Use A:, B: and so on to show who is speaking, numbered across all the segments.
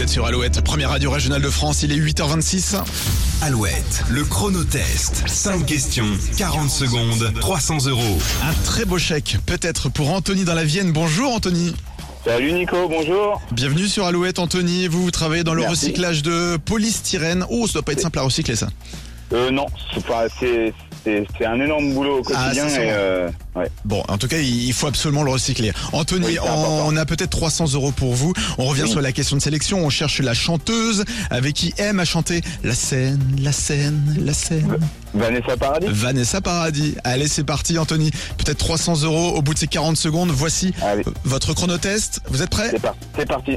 A: êtes sur Alouette, première radio régionale de France, il est 8h26.
B: Alouette, le chronotest. 5 questions, 40 secondes, 300 euros.
A: Un très beau chèque, peut-être pour Anthony dans la Vienne. Bonjour Anthony.
C: Salut Nico, bonjour.
A: Bienvenue sur Alouette Anthony, vous, vous travaillez dans le
C: Merci.
A: recyclage de polystyrène. Oh, ça doit pas être simple à recycler ça.
C: Euh, non, c'est pas- c'est- c'est c'est un énorme boulot au
A: Ah,
C: quotidien.
A: c'est
C: et,
A: sûr.
C: euh, ouais.
A: Bon, en tout cas, il il faut absolument le recycler. Anthony,
C: Oui, c'est
A: on-
C: important.
A: on a peut-être 300 euros pour vous. On revient
C: Oui.
A: sur la question de sélection. On cherche la chanteuse avec qui aime à chanter la scène, la scène, la scène.
C: Vanessa Paradis
A: Vanessa Paradis. Allez, c'est parti, Anthony. Peut-être 300 euros au bout de ces 40 secondes. Voici
C: Allez.
A: votre chronotest. Vous êtes prêts
C: C'est par- c'est parti.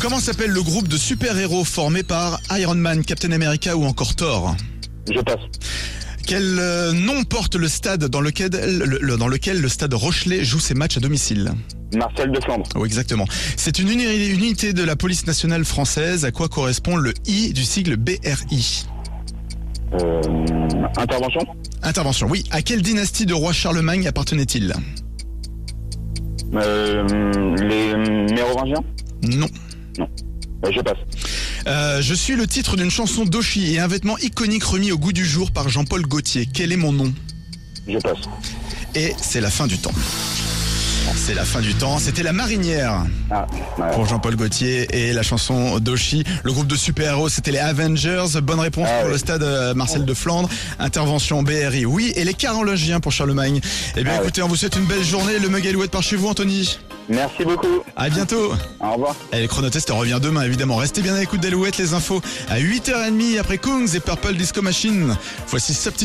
A: Comment s'appelle le groupe de super-héros formé par Iron Man, Captain America ou encore Thor
C: Je passe.
A: Quel euh, nom porte le stade dans lequel le, le- dans lequel le stade Rochelet joue ses matchs à domicile
C: Marcel de Flandre.
A: Oui, exactement. C'est une uni- unité de la police nationale française. À quoi correspond le I du sigle BRI
C: Euh, intervention
A: Intervention, oui. À quelle dynastie de roi Charlemagne appartenait-il
C: euh, Les Mérovingiens
A: Non.
C: Euh, Je passe.
A: Euh, je suis le titre d'une chanson d'Oshi et un vêtement iconique remis au goût du jour par Jean-Paul Gaultier. Quel est mon nom
C: Je passe.
A: Et c'est la fin du temps. C'est la fin du temps. C'était la marinière
C: Ah, ouais.
A: pour Jean-Paul Gaultier et la chanson d'Oshi. Le groupe de super-héros, c'était les Avengers. Bonne réponse
C: Ah
A: pour
C: oui.
A: le stade euh, Marcel de Flandre. Intervention BRI, oui. Et les carologiens pour Charlemagne. Eh bien,
C: Ah oui.
A: écoutez, on vous souhaite une belle journée. Le mug Alouette par chez vous, Anthony.
C: Merci beaucoup.
A: À bientôt.
C: Au revoir.
A: Et le chronotest revient demain, évidemment. Restez bien à l'écoute d'Alouette, les infos. À 8h30 après Kungs et Purple Disco Machine. Voici Substitute.